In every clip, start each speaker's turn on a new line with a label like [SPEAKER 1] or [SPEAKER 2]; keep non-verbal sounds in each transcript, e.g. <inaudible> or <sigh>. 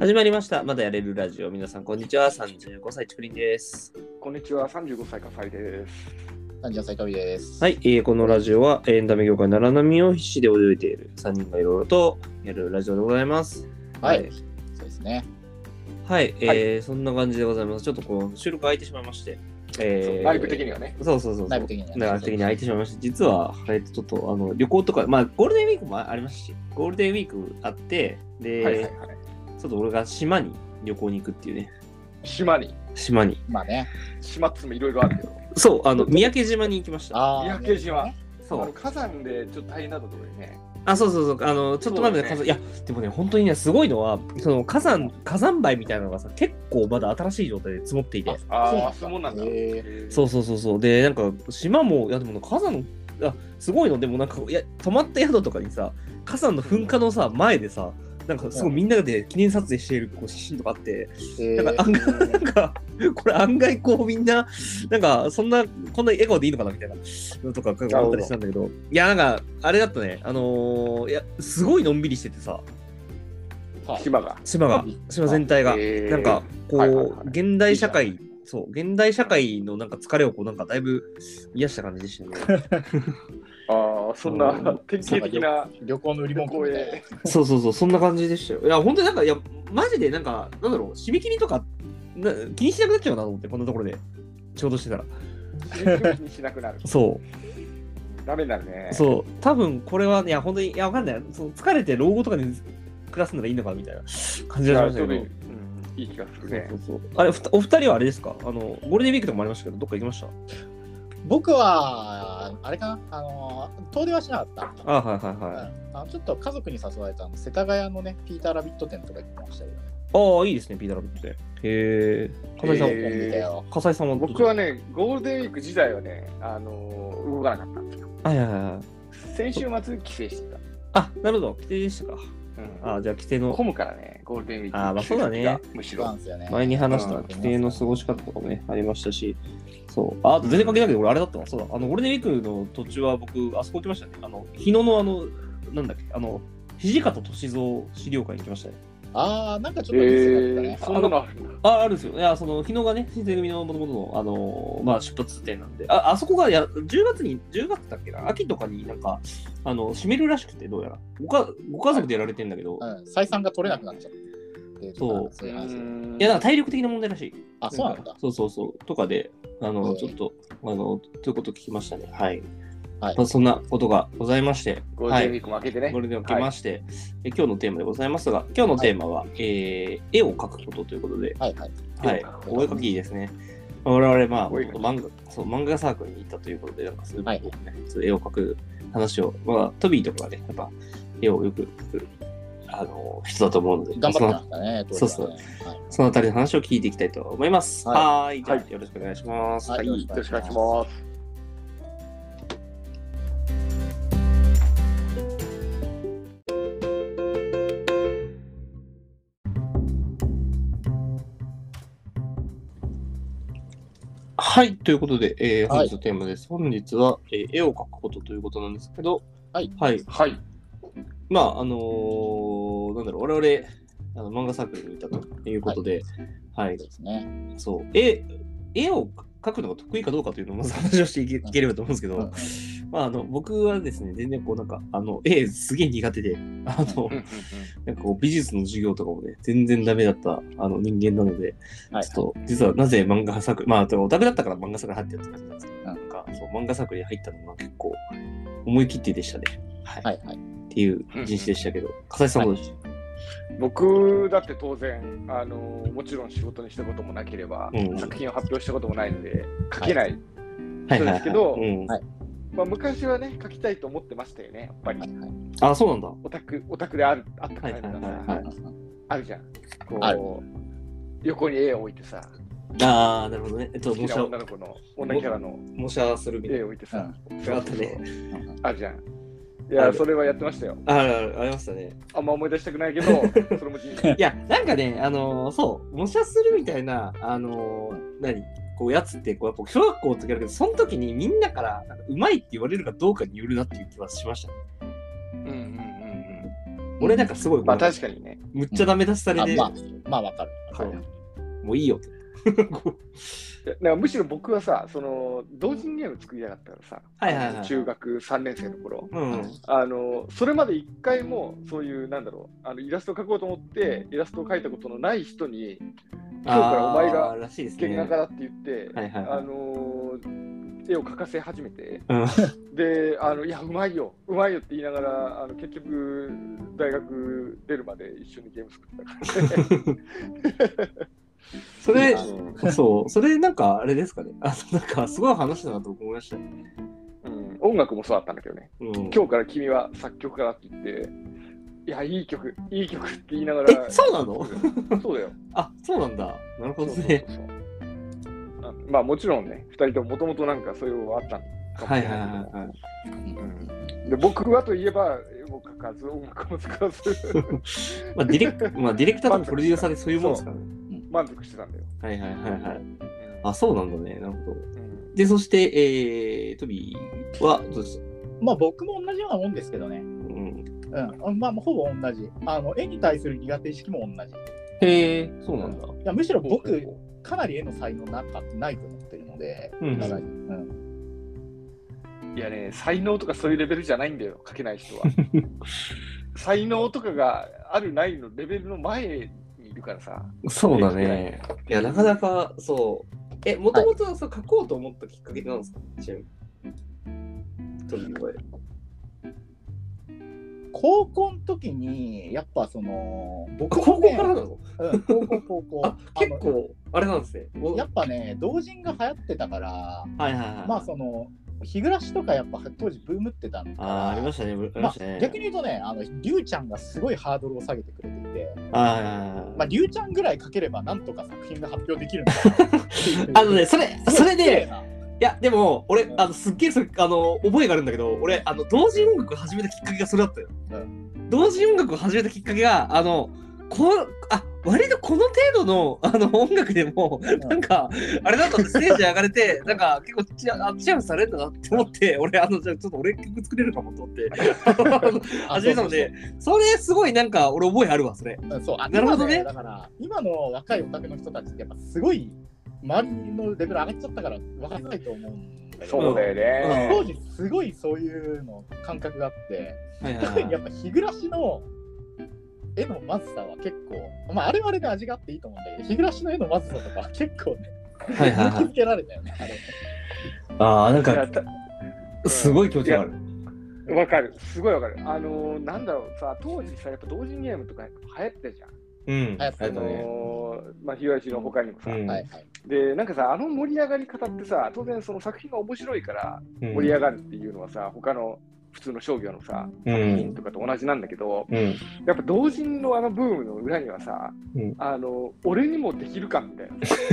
[SPEAKER 1] 始まりました。まだやれるラジオ。皆さん、こんにちは。35歳、ちくりんです。
[SPEAKER 2] こんにちは、35歳かさいです。
[SPEAKER 3] 三条斎藤美です。
[SPEAKER 1] はい、えーこのラジオはエンタメ業界の荒波を必死で泳いでいる3人がいろいろとやるラジオでございます。
[SPEAKER 3] はい。
[SPEAKER 1] はい
[SPEAKER 3] そうですね。
[SPEAKER 1] はい、えーそんな感じでございます。ちょっとこう収録空いてしまいまして。えー
[SPEAKER 2] ライブ的にはね。
[SPEAKER 1] そうそうそう。
[SPEAKER 3] 内部的にはね
[SPEAKER 1] 内部的に空いてしまいました。実は、えっと、ちょっと、あの、旅行とか、まあ、ゴールデンウィークもありますし、ゴールデンウィークあって、で、
[SPEAKER 2] はいはいはい。
[SPEAKER 1] ちょっと俺が島に旅行に行くっていうね。
[SPEAKER 2] 島に、
[SPEAKER 1] 島に。
[SPEAKER 3] まあね。
[SPEAKER 2] 島っつもいろいろあるけど、
[SPEAKER 1] そう、あの、三宅島に行きました。
[SPEAKER 3] ああ。
[SPEAKER 2] 三宅島
[SPEAKER 3] ね。
[SPEAKER 1] そ
[SPEAKER 2] あ
[SPEAKER 1] う
[SPEAKER 2] の。火山でちょっと大変だったところにね、
[SPEAKER 1] あ、そうそうそう。あの、ちょっとまだね、
[SPEAKER 2] そうだね
[SPEAKER 1] 火山いや、でもね、本当にね、すごいのは、その火山、火山灰みたいなのがさ、結構まだ新しい状態で積もっていて。
[SPEAKER 2] ああ、そうなんだ。
[SPEAKER 3] へえ
[SPEAKER 2] う。
[SPEAKER 1] そうそうそうそう。で、なんか、島も、いや、でもね火山の、あ、すごいの、でもなんか、いや、泊まった宿とかにさ、火山の噴火のさ、前でさ、なんか、すごいみんなで記念撮影しているこう写真とかあって、
[SPEAKER 3] え
[SPEAKER 1] なんか、
[SPEAKER 3] ー
[SPEAKER 1] 案外、なんか、これ案外こうみんな、なんか、そんな、こんな笑顔でいいのかなみたいなのとか、なんか思ったりしたんだけど、いや、なんか、あれだったね、あのーいや、すごいのんびりしててさ、
[SPEAKER 2] 島が。
[SPEAKER 1] 島が
[SPEAKER 3] あ、
[SPEAKER 1] 島全体が、
[SPEAKER 2] へー
[SPEAKER 1] なんか、こう、
[SPEAKER 2] はいはいはい
[SPEAKER 1] 現代社
[SPEAKER 2] いい
[SPEAKER 1] 会、そう、現代社会のなんか疲れをこう、なんかだいぶ癒した感じでした
[SPEAKER 2] <laughs>
[SPEAKER 1] ね。
[SPEAKER 2] ああ、そん
[SPEAKER 1] う
[SPEAKER 2] な、
[SPEAKER 1] ん
[SPEAKER 2] 典型的な
[SPEAKER 3] 旅行の売り文句みたいな。
[SPEAKER 1] そうそうそう、そんな感じでしたよ。いや、本当になんか、いや、マジでなんか、なんだろう、締め切りとか、な気にしなくなっちゃうなと思って、こんなところで、ちょうどしてたら。
[SPEAKER 2] 気にしなく <laughs> なる。
[SPEAKER 1] そ
[SPEAKER 2] ダメだね
[SPEAKER 1] う、。そう、多分これは、いや、本当に、いや、わかんない。その疲れて老後とかに暮らすならいいのかみたいな感じ
[SPEAKER 2] い
[SPEAKER 1] がしま
[SPEAKER 2] や
[SPEAKER 1] し
[SPEAKER 2] ちょ
[SPEAKER 1] た
[SPEAKER 2] うど
[SPEAKER 1] け
[SPEAKER 2] いい
[SPEAKER 1] ど。
[SPEAKER 2] うんいい気がす
[SPEAKER 1] そ
[SPEAKER 2] る
[SPEAKER 1] う
[SPEAKER 2] ね
[SPEAKER 1] そ。うそうあれふたお二人はあれですかあのゴールデンウィークとかもありましたけどどっか行きました
[SPEAKER 3] 僕は、あれかな、あのー、遠出はしなかった。
[SPEAKER 1] あはいはいはい、
[SPEAKER 3] うんあのちょっと家族に誘われたあの世田谷のね、ピーターラビット店とか行ってましたけどね。
[SPEAKER 1] ああ、いいですね、ピーターラビットって。へえ。笠井さん、
[SPEAKER 2] へー
[SPEAKER 3] 見たよ。
[SPEAKER 1] 笠井さんはどう
[SPEAKER 2] 僕は、ね、ゴールデンウィーク時代はね、あのー、動かなかったんですよ。
[SPEAKER 1] はいはいはいはい。
[SPEAKER 2] 先週末、帰省してた。
[SPEAKER 1] あ、なるほど、規定でしたか。
[SPEAKER 2] うん
[SPEAKER 1] あーじゃあ、規定の
[SPEAKER 2] 混、むからね、ゴールデンウィーク。
[SPEAKER 1] あーまあそうだね
[SPEAKER 2] 帰省先がむし
[SPEAKER 3] そうな
[SPEAKER 2] ろ
[SPEAKER 3] ん。ですよね。
[SPEAKER 1] 前に話した
[SPEAKER 2] うん
[SPEAKER 1] 規定の過ごし方とかもね、ありましたし、そう。あ、あと全然関係ないけど、俺、あれだったわ。そうだ、あの、ゴールデンウィークの途中は、僕、あそこ行きましたね。あの、日野の、あの、なんだっけ、あの、土方歳三資料館に行きましたね。
[SPEAKER 3] ああ、なんかちょっと見せた
[SPEAKER 2] え
[SPEAKER 3] ね。
[SPEAKER 2] え、そんなのあるんだ。
[SPEAKER 1] あ、あるんですよ。いや、その、日野がね、新選組の元々の、あのーまあ、出発点なんで、あ、あそこがや、10月に、10月だっけな、秋とかになんか、あの、閉めるらしくて、どうやら。ごか、ご家族でやられてんだけど、
[SPEAKER 3] うん、採算が取れなくなっちゃって。
[SPEAKER 1] そう
[SPEAKER 3] そういう話で
[SPEAKER 1] いや、なんか
[SPEAKER 2] い
[SPEAKER 1] 体力的な問題らしい。
[SPEAKER 3] あ、そうなんだ。
[SPEAKER 1] そうそうそう。とかで、あ
[SPEAKER 3] う
[SPEAKER 1] の、
[SPEAKER 3] ん
[SPEAKER 1] ちょっと、あの、ということを聞きましたね。はい。
[SPEAKER 3] はい
[SPEAKER 1] まあ、そんなことがございまして、
[SPEAKER 2] ゴールデンウィークも明けてね。
[SPEAKER 1] これでおきまして、え今日のテーマでございますが、今日のテーマは、えー絵を描くことということで、
[SPEAKER 3] はいはい。
[SPEAKER 1] はい
[SPEAKER 2] そうか、
[SPEAKER 1] お絵かきですね。我々、まあ、
[SPEAKER 2] お絵描き
[SPEAKER 1] 漫画そう漫画サークルに行ったということで、なんかそういう
[SPEAKER 3] はい
[SPEAKER 1] 僕もねそういう絵を描く話を、まあ、トビーとかがね、やっぱ絵をよく描く、あの人だと思うので、
[SPEAKER 3] 頑張って
[SPEAKER 1] そ
[SPEAKER 3] ま
[SPEAKER 1] の
[SPEAKER 3] したね。当時
[SPEAKER 1] そ
[SPEAKER 3] はね
[SPEAKER 1] うそう
[SPEAKER 3] はい
[SPEAKER 1] そのあたりの話を聞いていきたいと思います。
[SPEAKER 3] はい
[SPEAKER 1] はーい、じゃあ
[SPEAKER 2] は
[SPEAKER 1] よろしくお願いします。
[SPEAKER 3] はい
[SPEAKER 2] よろしくお願いします。
[SPEAKER 1] はい、ということで、えー
[SPEAKER 3] は
[SPEAKER 1] 本
[SPEAKER 3] い
[SPEAKER 1] 日のテーマです。本日は、えー絵を描くことということなんですけど、
[SPEAKER 3] はい
[SPEAKER 1] はい、
[SPEAKER 2] はい。
[SPEAKER 1] まあ、あのーなんだろう、我々、あの漫画サークルに行ったということで、はい
[SPEAKER 3] そう、ですね。
[SPEAKER 1] そう、絵、絵を描くのが得意かどうかというのをまず話をしていけいければと思うんですけど、
[SPEAKER 3] うん
[SPEAKER 1] まあ、あの、僕はですね、全然こう、なんか、あの、絵すげえ苦手で、あの、なんかこう、美術の授業とかもね、全然ダメだった、あの、人間なので、
[SPEAKER 3] はい
[SPEAKER 1] ちょっと、実はなぜ漫画作、まあ、でもオタクだったから漫画作入ってやった感じなんですけど、
[SPEAKER 3] ん
[SPEAKER 1] なんか、そう、漫画作に入ったのが結構、思い切ってでしたね。はい。
[SPEAKER 3] はいはい。
[SPEAKER 1] っていう人種でしたけど、笠井さんはどうでした、
[SPEAKER 2] 僕だって当然、あのもちろん仕事にしたこともなければ、
[SPEAKER 1] うん
[SPEAKER 2] 作品を発表したこともないので、書けな
[SPEAKER 1] は
[SPEAKER 2] い、
[SPEAKER 1] い
[SPEAKER 2] そうですけど
[SPEAKER 1] うん
[SPEAKER 3] はい
[SPEAKER 2] まあ、昔はね、書きたいと思ってましたよね、やっぱり
[SPEAKER 3] は。いはい。
[SPEAKER 1] あ、そうなんだ。
[SPEAKER 2] オタクオタクであるあったか
[SPEAKER 1] は
[SPEAKER 2] ら
[SPEAKER 1] いはいはいはい
[SPEAKER 2] さ、あるじゃん。
[SPEAKER 3] ある
[SPEAKER 2] こう横に絵を置いてさ、
[SPEAKER 1] ああ、なるほどね。えっと、
[SPEAKER 2] 好き
[SPEAKER 1] 模
[SPEAKER 2] な
[SPEAKER 1] 写を
[SPEAKER 2] 女、の子の女キャラの
[SPEAKER 1] 模写するみたい
[SPEAKER 2] 絵
[SPEAKER 1] な。
[SPEAKER 2] を置いてさ、
[SPEAKER 1] あったね。
[SPEAKER 2] あるじゃん。い
[SPEAKER 1] あ
[SPEAKER 2] や、
[SPEAKER 1] る
[SPEAKER 2] それはやってましたよ。
[SPEAKER 1] あある、ありましたね。
[SPEAKER 2] あんま思い出したくないけ
[SPEAKER 1] <laughs>
[SPEAKER 2] ど、それも人生
[SPEAKER 1] いや、なんかね、あのーそう、模写するみたいな、あのー何こう、やつって、こう、やっぱ小学校の時あるけど、その時にみんなから、なんかうまいって言われるかどうかによるなっていう気はしましたね。
[SPEAKER 2] うんうんうんうん
[SPEAKER 1] 俺なんかすごい、
[SPEAKER 2] まあ確かにね。
[SPEAKER 1] むっちゃダメ出しされ
[SPEAKER 3] あ
[SPEAKER 1] て、
[SPEAKER 3] まあ、まあわかる。
[SPEAKER 1] そう
[SPEAKER 3] はい
[SPEAKER 1] もういいよって。 <laughs> こう
[SPEAKER 2] いやなんかむしろ僕はさ、その同人ゲーム作りたかったからさ、
[SPEAKER 1] はいはいはい。
[SPEAKER 2] 中学3年生の頃、
[SPEAKER 1] うん。
[SPEAKER 2] あのそれまで一回もそういうなんだろうあのイラスト描こうと思ってイラストを描いたことのない人に今日からお前が
[SPEAKER 1] あーらしいですね。
[SPEAKER 2] 原画家だって言って、
[SPEAKER 1] はいはいはい
[SPEAKER 2] あのー絵を描かせ始めて
[SPEAKER 1] うん。
[SPEAKER 2] であのいやうまいようまいよって言いながらあの結局大学出るまで一緒にゲーム作ってた
[SPEAKER 1] <laughs>
[SPEAKER 2] から、ね、
[SPEAKER 1] それ
[SPEAKER 3] あ、
[SPEAKER 1] そう、それなんかあれですかね。あ、そうなんかすごい話だなと思いましたね。
[SPEAKER 2] うん音楽もそうだったんだけどね
[SPEAKER 1] うん。
[SPEAKER 2] 今日から君は作曲家だって言っていやいい曲いい曲って言いながら
[SPEAKER 1] え、そうなの
[SPEAKER 2] そうだよ
[SPEAKER 1] あ、そうなんだ。なるほ
[SPEAKER 2] そ
[SPEAKER 1] ど
[SPEAKER 2] うそう
[SPEAKER 1] ね。
[SPEAKER 2] そうそうあまあもちろんね2人とももともとなんかそういうのはあったのかも
[SPEAKER 1] は
[SPEAKER 2] し
[SPEAKER 1] い
[SPEAKER 2] れ
[SPEAKER 1] はい
[SPEAKER 2] な
[SPEAKER 1] はい
[SPEAKER 2] けど
[SPEAKER 1] いはい。
[SPEAKER 2] うんで僕はといえば、絵も描かず、音楽も使わず、
[SPEAKER 1] <laughs> まあ、ディレク、まあ、ディレクターとプロデューサーでそういうもんです <laughs> からね。
[SPEAKER 2] 満足してたんだよ。
[SPEAKER 1] はいはいはいはい。あ、そうなんだね。なるほど。
[SPEAKER 2] うん
[SPEAKER 1] で、そして、えー、トビーはどうでした
[SPEAKER 3] まあ僕も同じようなもんですけどね。
[SPEAKER 1] うん。
[SPEAKER 3] うん。まあほぼ同じ。あの、絵に対する苦手意識も同じ。い
[SPEAKER 1] へえ、そうなんだ。
[SPEAKER 3] やむしろ僕、
[SPEAKER 1] う
[SPEAKER 3] かなり絵の才能なかないと思ってるので、
[SPEAKER 1] うん
[SPEAKER 3] お互いにうん
[SPEAKER 2] いやね、才能とかそういうレベルじゃないんだよ、描けな
[SPEAKER 1] <laughs>
[SPEAKER 2] い人は。才能とかがあるないのレベルの前にいるからさ。
[SPEAKER 1] そうだね。いや、なかなか、そう。え、もともとはそう書こうと思ったきっかけなんですか、ちなみに。トビーは。
[SPEAKER 3] 高校の時に、やっぱその、僕
[SPEAKER 1] 高
[SPEAKER 3] も
[SPEAKER 1] 校
[SPEAKER 3] ね、
[SPEAKER 1] からなの
[SPEAKER 3] うん、高校、高校。
[SPEAKER 1] あ、
[SPEAKER 3] あの
[SPEAKER 1] 結構、あれなんですね。お
[SPEAKER 3] やっぱね、同人が流行ってたから、
[SPEAKER 1] はいはいはい。
[SPEAKER 3] まあその、日暮らしとかやっぱ当時ブームってたんだか
[SPEAKER 1] あー
[SPEAKER 3] ら、
[SPEAKER 1] ありましたね。あり
[SPEAKER 3] ま
[SPEAKER 1] ま
[SPEAKER 3] あ
[SPEAKER 1] したね。
[SPEAKER 3] 逆に言うとね、あの、りゅうちゃんがすごいハードルを下げてくれていて、
[SPEAKER 1] はいはいはいはい
[SPEAKER 3] まあ、りゅうちゃんぐらい書ければなんとか作品が発表できるんだなっていう
[SPEAKER 1] <laughs> あのね、それ、それで、、いや、でも、俺
[SPEAKER 3] う、ん
[SPEAKER 1] あの、すっげえ、それ、あの、覚えがあるんだけど、俺、あの、同時音楽を始めたきっかけがそれだったよ。
[SPEAKER 3] う
[SPEAKER 1] 同時音楽を始めたきっかけが、あの、こう、あ、割とこの程度の、あの、音楽でも、
[SPEAKER 3] うん
[SPEAKER 1] なんか、あれだったんで、ステージ上がれて、なんか、結構チア、あチアされたなって思って、俺、あの、じゃあちょっと俺曲作れるかもと思って、あの始めたので、それ、すごい、なんか、俺、覚えあるわ、それ。
[SPEAKER 3] うんそう、あ
[SPEAKER 1] なるほどね
[SPEAKER 3] 今だから、今の若いオタクの人たちって、やっぱすごい、周りのレベル上がっちゃったから、分かんないと思うんだけ
[SPEAKER 2] そう
[SPEAKER 3] ど、
[SPEAKER 2] だよ
[SPEAKER 1] うん
[SPEAKER 2] ね。
[SPEAKER 3] 当時、すごいそういうの感覚があって、
[SPEAKER 1] はいはい
[SPEAKER 3] 特に
[SPEAKER 1] は
[SPEAKER 3] や
[SPEAKER 1] い
[SPEAKER 3] っぱ日暮らしの絵のまずさは結構、まあ、あれはあれで味があっていいと思うんだけど、日暮らしの絵のまずさとか、結構ね、
[SPEAKER 1] はいはいは
[SPEAKER 3] 勇気
[SPEAKER 1] い
[SPEAKER 3] づ。けられたよね、あれ。
[SPEAKER 1] ああ、なん
[SPEAKER 2] いや
[SPEAKER 1] か、
[SPEAKER 2] た
[SPEAKER 1] すごい気持ちがある。
[SPEAKER 2] わかる、すごいわかる。あのーなんだろうさ、当時さ、やっぱ同人ゲームとか流行ってたじゃん。
[SPEAKER 1] うん。あ
[SPEAKER 3] はい
[SPEAKER 2] あ
[SPEAKER 1] りがとうね。
[SPEAKER 2] のーまあ、日吉の他にもさ、
[SPEAKER 1] うん
[SPEAKER 3] はいはい。
[SPEAKER 2] で、なんかさ、あの盛り上がり方ってさ、当然その作品が面白いから盛り上がるっていうのはさ、他の普通の商業のさ、
[SPEAKER 1] う
[SPEAKER 2] 作品
[SPEAKER 1] ん。
[SPEAKER 2] とかと同じなんだけど、
[SPEAKER 1] うん。
[SPEAKER 2] やっぱ同人のあのブームの裏にはさ、
[SPEAKER 1] うん
[SPEAKER 2] あの俺にもできる感みたい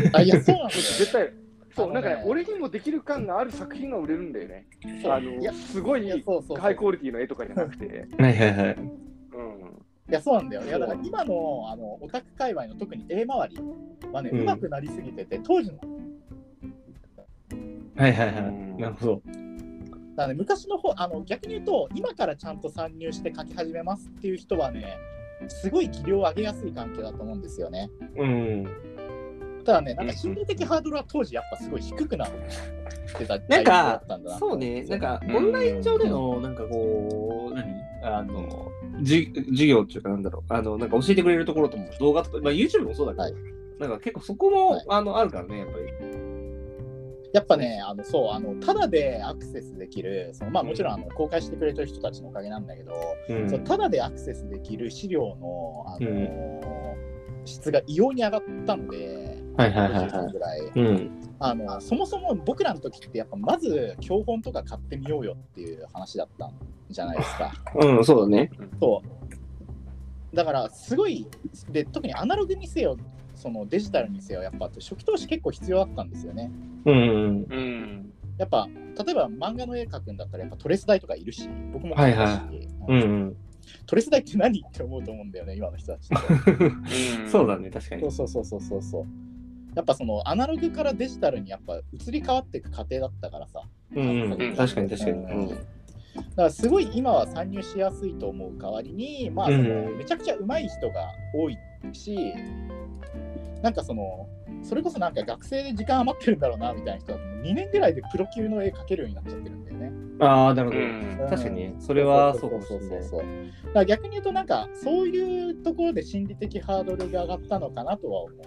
[SPEAKER 2] な、
[SPEAKER 3] あいや、そうなんだよ
[SPEAKER 2] 絶対、そう、
[SPEAKER 3] あ
[SPEAKER 2] な
[SPEAKER 3] のね
[SPEAKER 2] んかね、俺にもできる感がある作品が売れるんだよね。
[SPEAKER 3] そう
[SPEAKER 1] <laughs>
[SPEAKER 2] あ
[SPEAKER 3] いや
[SPEAKER 2] のすご
[SPEAKER 3] いや
[SPEAKER 2] い
[SPEAKER 3] そうそうそう
[SPEAKER 2] ハイクオリティの絵とかじゃなくて。
[SPEAKER 1] はいはいはい。
[SPEAKER 2] うん
[SPEAKER 3] いや、そうなんだよ。いや、だから今のあのオタク界隈の特に A 周りはね、
[SPEAKER 1] うん
[SPEAKER 3] うまくなりすぎてて、当時の、
[SPEAKER 1] はいはいは
[SPEAKER 2] うん
[SPEAKER 1] い。なるほど。
[SPEAKER 3] だからね、昔の方あの逆に言うと、今からちゃんと参入して書き始めますっていう人はね、すごい技量を上げやすい環境だと思うんですよね。
[SPEAKER 1] うん。
[SPEAKER 3] ただね、なんか心理的ハードルは当時やっぱすごい低くなってた
[SPEAKER 1] なん
[SPEAKER 3] だ
[SPEAKER 1] か
[SPEAKER 3] ったんだな。
[SPEAKER 1] そうね。なんか、
[SPEAKER 2] うん
[SPEAKER 1] オンライン上での、なんかこう、何あの、じ授業っていうか、なんだろう。あの、なんか教えてくれるところとも、動画とか、まあ YouTube もそうだけど、なんか結構そこ
[SPEAKER 3] は
[SPEAKER 1] も
[SPEAKER 3] い、
[SPEAKER 1] あの、あるからね、やっぱり。
[SPEAKER 3] やっぱね、あのそうあのただでアクセスできる、そのまあ、もちろんあの公開してくれてる人たちのおかげなんだけど、
[SPEAKER 1] うん
[SPEAKER 3] そうただでアクセスできる資料の、あのー質が異様に上がったので、
[SPEAKER 1] はいはいはい
[SPEAKER 3] 50
[SPEAKER 1] は
[SPEAKER 3] 歳
[SPEAKER 1] い。
[SPEAKER 3] ぐらい
[SPEAKER 1] うん。
[SPEAKER 3] あのそもそも僕らの時ってやっぱまず教本とか買ってみようよっていう話だったんじゃないで
[SPEAKER 1] <laughs>
[SPEAKER 3] すか。
[SPEAKER 1] うん、そうだね。
[SPEAKER 3] そうだからすごいで特にアナログにせよそのデジタルにせよやっぱ初期投資結構必要だったんですよね。
[SPEAKER 1] うん。
[SPEAKER 2] うん
[SPEAKER 3] やっぱ例えば漫画の絵描くんだったらやっぱトレス代とかいるし僕もい
[SPEAKER 1] はいはう
[SPEAKER 3] うん
[SPEAKER 1] ん。
[SPEAKER 3] トレス代って何って思うと思うんだよね今の人たちって。
[SPEAKER 1] そうだね、確かに
[SPEAKER 3] そう。そうそうそうそうそう。やっぱそのアナログからデジタルにやっぱ移り変わっていく過程だったからさ。
[SPEAKER 1] うんうん。確かに確かに。
[SPEAKER 3] うん
[SPEAKER 1] うん
[SPEAKER 3] だからすごい今は参入しやすいと思う代わりに、まあ、そ
[SPEAKER 1] うん
[SPEAKER 3] のめちゃくちゃ上手い人が多いし、なんかその、それこそなんか学生で時間余ってるんだろうなみたいな人は、2年ぐらいでプロ級の絵描けるようになっちゃってるんだよね。
[SPEAKER 1] ああ、なるほ
[SPEAKER 2] う
[SPEAKER 1] ど。
[SPEAKER 2] ん。
[SPEAKER 1] 確かにねそれはそうかもしれない
[SPEAKER 3] そうそうそうそうだから逆に言うと、なんかそういうところで心理的ハードルが上がったのかなとは思う。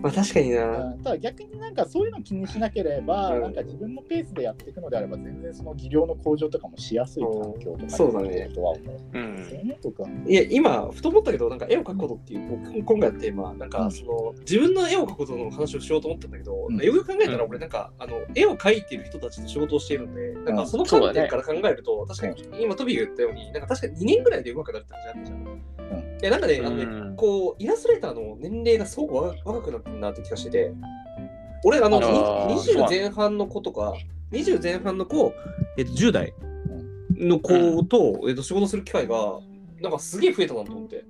[SPEAKER 1] まあ確かにな。
[SPEAKER 3] うんただ逆になんかそういうの気にしなければ、
[SPEAKER 1] うん
[SPEAKER 3] なんか自分のペースでやっていくのであれば、全然その技量の向上とかもしやすい環境とか
[SPEAKER 1] うん
[SPEAKER 3] に
[SPEAKER 1] そうだね
[SPEAKER 3] とは思うん
[SPEAKER 2] う
[SPEAKER 3] です
[SPEAKER 2] ん。
[SPEAKER 3] よね、とか。
[SPEAKER 1] いや、今、ふと思ったけど、なんか絵を描くことっていう、こう今回のテーマ、なんか、その、自分の絵を描くことの話をしようと思ったんだけど、
[SPEAKER 3] うん
[SPEAKER 1] よく考えたら、
[SPEAKER 2] うん
[SPEAKER 1] 俺、なんか、あの、絵を描いてる人たちと仕事をしているので、なん
[SPEAKER 3] う
[SPEAKER 1] か、
[SPEAKER 3] ん
[SPEAKER 1] その
[SPEAKER 2] そうだ
[SPEAKER 1] 観
[SPEAKER 2] ね
[SPEAKER 1] 点から考えると、確かに、今、トビーが言ったように、なんか、確かに2年ぐらいで上手くなるって話あったじゃん。いや、なんかね、あのね、
[SPEAKER 2] うん
[SPEAKER 1] こう、イラストレーターの年齢がすごく若若くなってるなって気がしてて、俺、あの、に
[SPEAKER 2] あーそうな
[SPEAKER 1] 20
[SPEAKER 2] んだ
[SPEAKER 1] 前半の子とか、20前半の子、えっと、10代の
[SPEAKER 2] う
[SPEAKER 1] 子と、えっと、仕事する機会が、なんかすげえ増えたなと思って。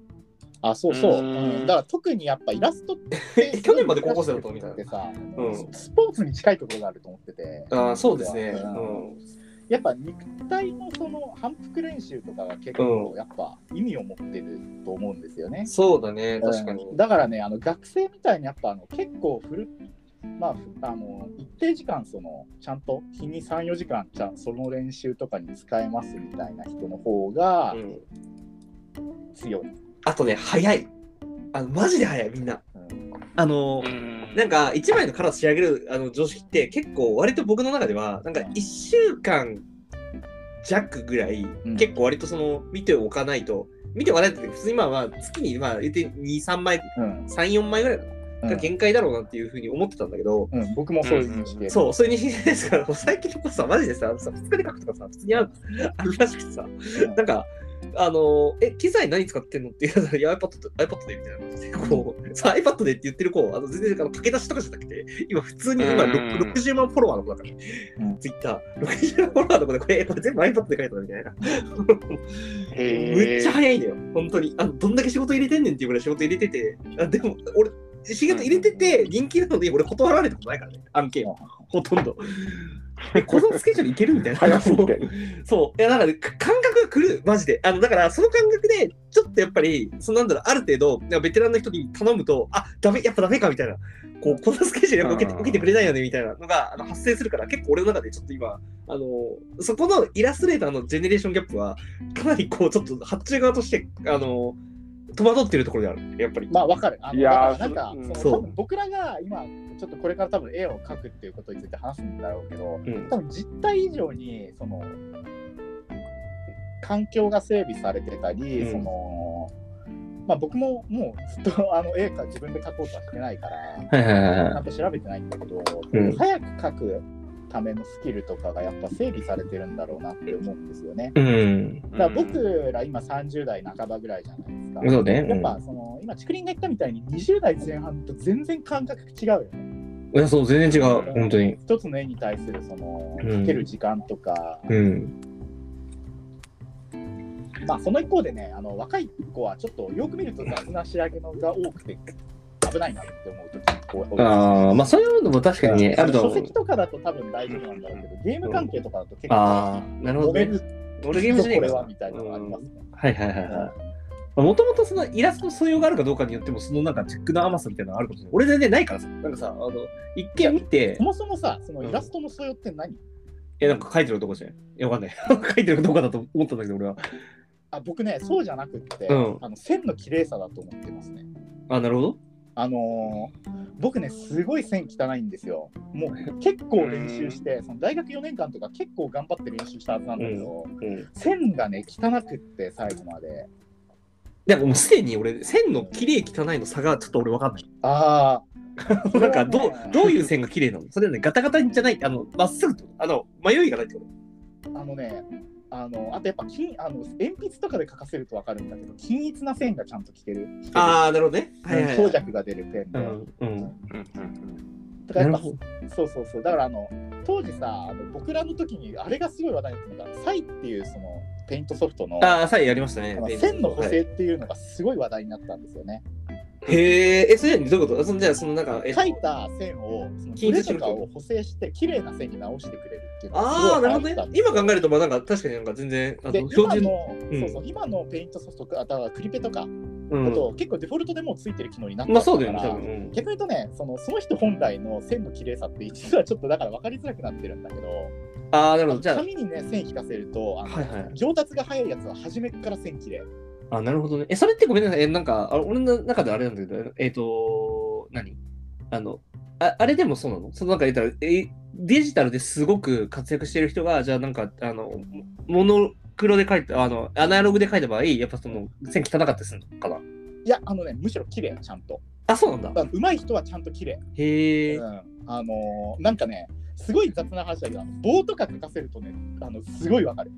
[SPEAKER 3] あ、そうそう。
[SPEAKER 2] うん
[SPEAKER 3] うんだから特にやっぱイラストっ
[SPEAKER 1] <laughs>
[SPEAKER 3] て、
[SPEAKER 1] 去年まで高校生だったのみたいな
[SPEAKER 3] ってさ、
[SPEAKER 1] うん
[SPEAKER 3] スポーツに近いところがあると思ってて。
[SPEAKER 1] あーそうですね。う
[SPEAKER 3] うん
[SPEAKER 1] ん。
[SPEAKER 3] やっぱ肉体のその反復練習とかが結構
[SPEAKER 1] う
[SPEAKER 3] やっぱ意味を持ってると思うんですよね。
[SPEAKER 1] そうだね、確かに。
[SPEAKER 3] うんだからねあの学生みたいにやっぱあの結構フルまあふあの一定時間そのちゃんと日に34時間ちゃんその練習とかに使えますみたいな人の方が
[SPEAKER 1] うん
[SPEAKER 3] 強い、
[SPEAKER 1] あとね、早い。あの、マジで早い、みんな。
[SPEAKER 3] うん
[SPEAKER 1] あの
[SPEAKER 2] う、ん
[SPEAKER 1] なんか、1枚のカラス仕上げるあの常識って、結構、割と僕の中では、なんか、1週間弱ぐらい、
[SPEAKER 3] ん
[SPEAKER 1] 結構、割とその、見ておかないと、見ておかないとって、普通にまあまあ、月に、まあ、言って2、3枚、
[SPEAKER 3] うん
[SPEAKER 1] 3、4枚ぐらいかな
[SPEAKER 3] うん
[SPEAKER 1] が限界だろうなっていうふうに思ってたんだけど、
[SPEAKER 3] うん僕もそういう認識で、
[SPEAKER 1] そう、そういう認識ですから、もう最近の子さ、マジでさ、さ2日で書くとかさ、普通にあるあるらしくてさ、
[SPEAKER 3] うん
[SPEAKER 1] なんか、あのえ、機材何使ってんのって言うから、いや、iPad と iPad でみたいな感じで、こう、さ、iPad でって言ってる子、あの全然あの駆け出しとかじゃなくて、今、普通に今、
[SPEAKER 2] うん
[SPEAKER 1] ろく60万フォロワーの子だから、
[SPEAKER 3] うん
[SPEAKER 1] Twitter60 万フォロワーの子で、これ、これ全部 iPad で書いたのみたいな。
[SPEAKER 2] へー
[SPEAKER 1] めっちゃ早いんだよ、本当に。あのどんだけ仕事入れてんねんっていうぐらい仕事入れてて、あでも、俺、仕事入れてて、人気なので、俺、断られたことないからね、案件は。ほとんど。え、このスケジュールいけるみたいな。
[SPEAKER 2] 早すぎて。
[SPEAKER 1] そう。いや、なんかね、か感覚が狂う、マジで。あの、だから、その感覚で、ちょっとやっぱり、そのなんだろう、ある程度、なんかベテランの人に頼むと、あ、ダメ、やっぱダメか、みたいな。こう、このスケジュールやっぱ受けて
[SPEAKER 2] うん
[SPEAKER 1] 受けてくれないよね、みたいなのがあの発生するから、結構俺の中でちょっと今、あの、そこのイラストレーターのジェネレーションギャップは、かなりこう、ちょっと発注側として、あの、戸惑ってるところである、やっぱり。
[SPEAKER 3] まあわかるあの
[SPEAKER 2] いやー
[SPEAKER 3] だからなんか
[SPEAKER 1] そ
[SPEAKER 3] その
[SPEAKER 1] うん
[SPEAKER 3] 多分僕らが今ちょっとこれから多分絵を描くっていうことについて話すんだろうけど、
[SPEAKER 1] うん。
[SPEAKER 3] 多分実態以上にその環境が整備されてたり、
[SPEAKER 1] うん
[SPEAKER 3] そのまあ、僕ももうずっとあ <laughs> の絵か自分で描こうとはしてないか
[SPEAKER 1] は
[SPEAKER 3] ら
[SPEAKER 1] いはいはい
[SPEAKER 3] ちゃんと調べてないんだけど、
[SPEAKER 1] うん
[SPEAKER 3] 早く描くためのスキルとかがやっぱ整備されてるんだろうなって思うんですよね。
[SPEAKER 1] うん。
[SPEAKER 3] だから僕ら今30代半ばぐらいじゃないですか。
[SPEAKER 1] うね
[SPEAKER 3] やっぱその今竹林が言ったみたいに20代前半と全然感覚違うよね。
[SPEAKER 1] いや、そう、全然違
[SPEAKER 3] うん一つの絵に対するその
[SPEAKER 1] うん
[SPEAKER 3] かける時間とか、
[SPEAKER 1] ん。
[SPEAKER 3] まあその一方でねあの若い子はちょっとよく見ると雑な仕上げのが多くて危ないなって思う時こう
[SPEAKER 1] あ、まあ、そういうのも確
[SPEAKER 3] 書籍とかだと多分大丈夫なんだろうけどゲーム関係とかだと結
[SPEAKER 1] あ
[SPEAKER 3] 構
[SPEAKER 1] あ、なるほ
[SPEAKER 3] 揉
[SPEAKER 1] ど、
[SPEAKER 3] め
[SPEAKER 1] ね。
[SPEAKER 3] る
[SPEAKER 1] 俺ゲームじゃねえ
[SPEAKER 3] こ
[SPEAKER 1] か
[SPEAKER 3] れ
[SPEAKER 1] ら
[SPEAKER 3] はみたいなのがありますね。
[SPEAKER 1] はいはいはいはい。もともとそのイラストの素養があるかどうかによっても、そのなんかチェックの甘さみたいなのあるかもしれない。俺全然ないからさ、なんかさ、あの、一見見て
[SPEAKER 3] そ、もそもさそのイラストの素養って何、
[SPEAKER 1] え、なんか書いてるとこじゃん。いや、わかんない。書いてるかどうかだと思ったんだけど、俺は。
[SPEAKER 3] あ僕ねそうじゃなくって、
[SPEAKER 1] うん
[SPEAKER 3] あの線の綺麗さだと思ってますね。
[SPEAKER 1] あ、なるほど。
[SPEAKER 3] あのー僕ねすごい線汚いんですよ。もう結構練習してその大学4年間とか結構頑張って練習したはずなんだけど。
[SPEAKER 1] うん。
[SPEAKER 3] 線がね汚くって最後まで
[SPEAKER 1] でももうすでに俺、線の綺麗汚いの差がちょっと俺わかんない。 <laughs>
[SPEAKER 3] ああ
[SPEAKER 1] なんか、どう、どういう線が綺麗なのそれはね、ガタガタじゃない、あの、まっすぐってことあの、迷いがないってこと
[SPEAKER 3] あのねあのあとやっぱ金あの鉛筆とかで書かせると分かるんだけど均一な線がちゃんと聞ける
[SPEAKER 1] ああ、なるほどね。はいはい、
[SPEAKER 3] 強
[SPEAKER 1] はい。
[SPEAKER 3] 弱が出るペン
[SPEAKER 1] う
[SPEAKER 3] で、
[SPEAKER 1] ん、うん。
[SPEAKER 2] うんうん
[SPEAKER 3] だからやっ
[SPEAKER 1] なる
[SPEAKER 3] ぱそうそうそうだからあの当時さあの僕らの時にあれがすごい話題になったのがサイっていうそのペイントソフトの
[SPEAKER 1] ああ、さえやりましたね
[SPEAKER 3] あの。線の補
[SPEAKER 1] はい
[SPEAKER 3] 正っていうのがすごい話題になったんですよね。
[SPEAKER 1] へえ、え、それどういうことそのじゃあ、そのなんか、えっと
[SPEAKER 3] 書いた線を、そのブレとかを補正して、綺麗な線に直してくれるっていうのがす
[SPEAKER 1] ああ、
[SPEAKER 3] ご
[SPEAKER 1] ないるほ
[SPEAKER 3] 入っ
[SPEAKER 1] ど
[SPEAKER 3] た
[SPEAKER 1] ね
[SPEAKER 3] ん。ですよ
[SPEAKER 1] 今考えると、まあなんか確かになんか全然、あ
[SPEAKER 3] で
[SPEAKER 1] の、標
[SPEAKER 3] 今
[SPEAKER 1] 準。
[SPEAKER 3] の、
[SPEAKER 1] うん
[SPEAKER 3] そうそう今のペイントソフトとか、あとはクリペとか
[SPEAKER 1] う
[SPEAKER 3] だ
[SPEAKER 1] ん、
[SPEAKER 3] と、結構デフォルトでもうついてる機能になって
[SPEAKER 1] まあ
[SPEAKER 3] ます
[SPEAKER 1] そ
[SPEAKER 3] か
[SPEAKER 1] うだよ
[SPEAKER 3] ら、
[SPEAKER 1] ね、多分。
[SPEAKER 3] 逆に言うとねその、その人本来の線の綺麗さって、実はちょっとだから分かりづらくなってるんだけど、
[SPEAKER 1] うんああ、なるほど。じゃ
[SPEAKER 3] 紙にね、線引かせると、あ
[SPEAKER 1] あ、
[SPEAKER 3] の
[SPEAKER 1] はいはい。
[SPEAKER 3] 上達が早いやつは初めっから線綺麗
[SPEAKER 1] あ、なるほどね。え、それってごめんなさい。え、なんか、あ俺の中であれなんだけど、えっ、と、何あの、ああれでもそうなのそのなんか言ったら、え、デジタルですごく活躍してる人が、じゃあなんか、あの、モモノクロで書いた、あの、アナログで書いた場合、やっぱその、線汚かったりするのかない
[SPEAKER 3] や、あのね、むしろ綺麗ちゃんと。
[SPEAKER 1] あ、そうなんだ。
[SPEAKER 3] うまい人はちゃんと綺麗
[SPEAKER 1] へえ
[SPEAKER 3] う。ん、あのーなんかね、すごい雑な話だけど、あの棒とか書かせるとね、あのすごいわかる。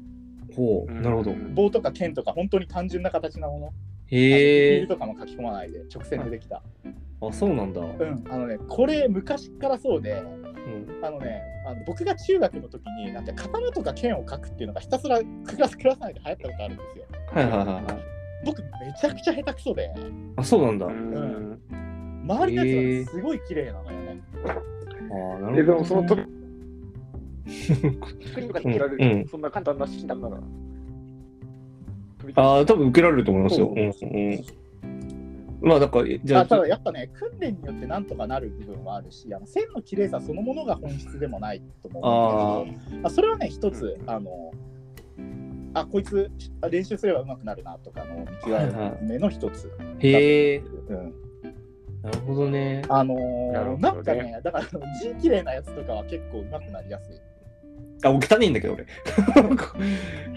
[SPEAKER 1] ほう、なるほど。
[SPEAKER 3] 棒とか剣とか、本当に単純な形なもの。
[SPEAKER 1] へ
[SPEAKER 3] ビー
[SPEAKER 1] え
[SPEAKER 3] ル。とかも書き込まないで、直線ででき
[SPEAKER 1] あ、
[SPEAKER 3] た。
[SPEAKER 1] そうなんだ。
[SPEAKER 3] うん、あのね、これ、昔からそうで、
[SPEAKER 1] うん
[SPEAKER 3] あのね、あの僕が中学の時に、なんか刀とか剣を書くっていうのがひたすらクラスクラス内で流行ったことあるんですよ。
[SPEAKER 1] はいはいはいはい。
[SPEAKER 3] 僕、めちゃくちゃ下手くそで、
[SPEAKER 1] あ、そうなんだ。
[SPEAKER 2] う
[SPEAKER 1] あ
[SPEAKER 2] ん
[SPEAKER 3] 周りのやつはね
[SPEAKER 1] へー
[SPEAKER 3] すごい綺麗なのよね。
[SPEAKER 1] ーな
[SPEAKER 2] えで
[SPEAKER 1] るほど。
[SPEAKER 2] もそのと
[SPEAKER 1] <laughs>
[SPEAKER 2] 作りとかに切られ
[SPEAKER 1] うんう
[SPEAKER 2] る
[SPEAKER 1] ん
[SPEAKER 2] とそんな簡単な診断なら飛び出す
[SPEAKER 1] ああ、多分受けられると思いますよ。
[SPEAKER 3] そう
[SPEAKER 1] うん
[SPEAKER 3] そうそう
[SPEAKER 1] うんまあ、だから、えじゃ
[SPEAKER 3] あた
[SPEAKER 1] あ
[SPEAKER 3] だ、やっぱね、訓練によってなんとかなる部分はあるし、あの線の綺麗さそのものが本質でもないと思うんだけど、まあ、それはね、一つ、あの、あ、こいつあ練習すれば上手くなるなとかの見極
[SPEAKER 1] はいは
[SPEAKER 3] めの一つ。
[SPEAKER 1] へえ。
[SPEAKER 3] うん
[SPEAKER 1] なるほどね。
[SPEAKER 3] あの
[SPEAKER 2] なる
[SPEAKER 3] ー
[SPEAKER 2] ほどね
[SPEAKER 3] なんかね、だからあの字綺麗なやつとかは結構上手くなりやすい。
[SPEAKER 1] あ、俺汚いんだけど、俺。 <laughs>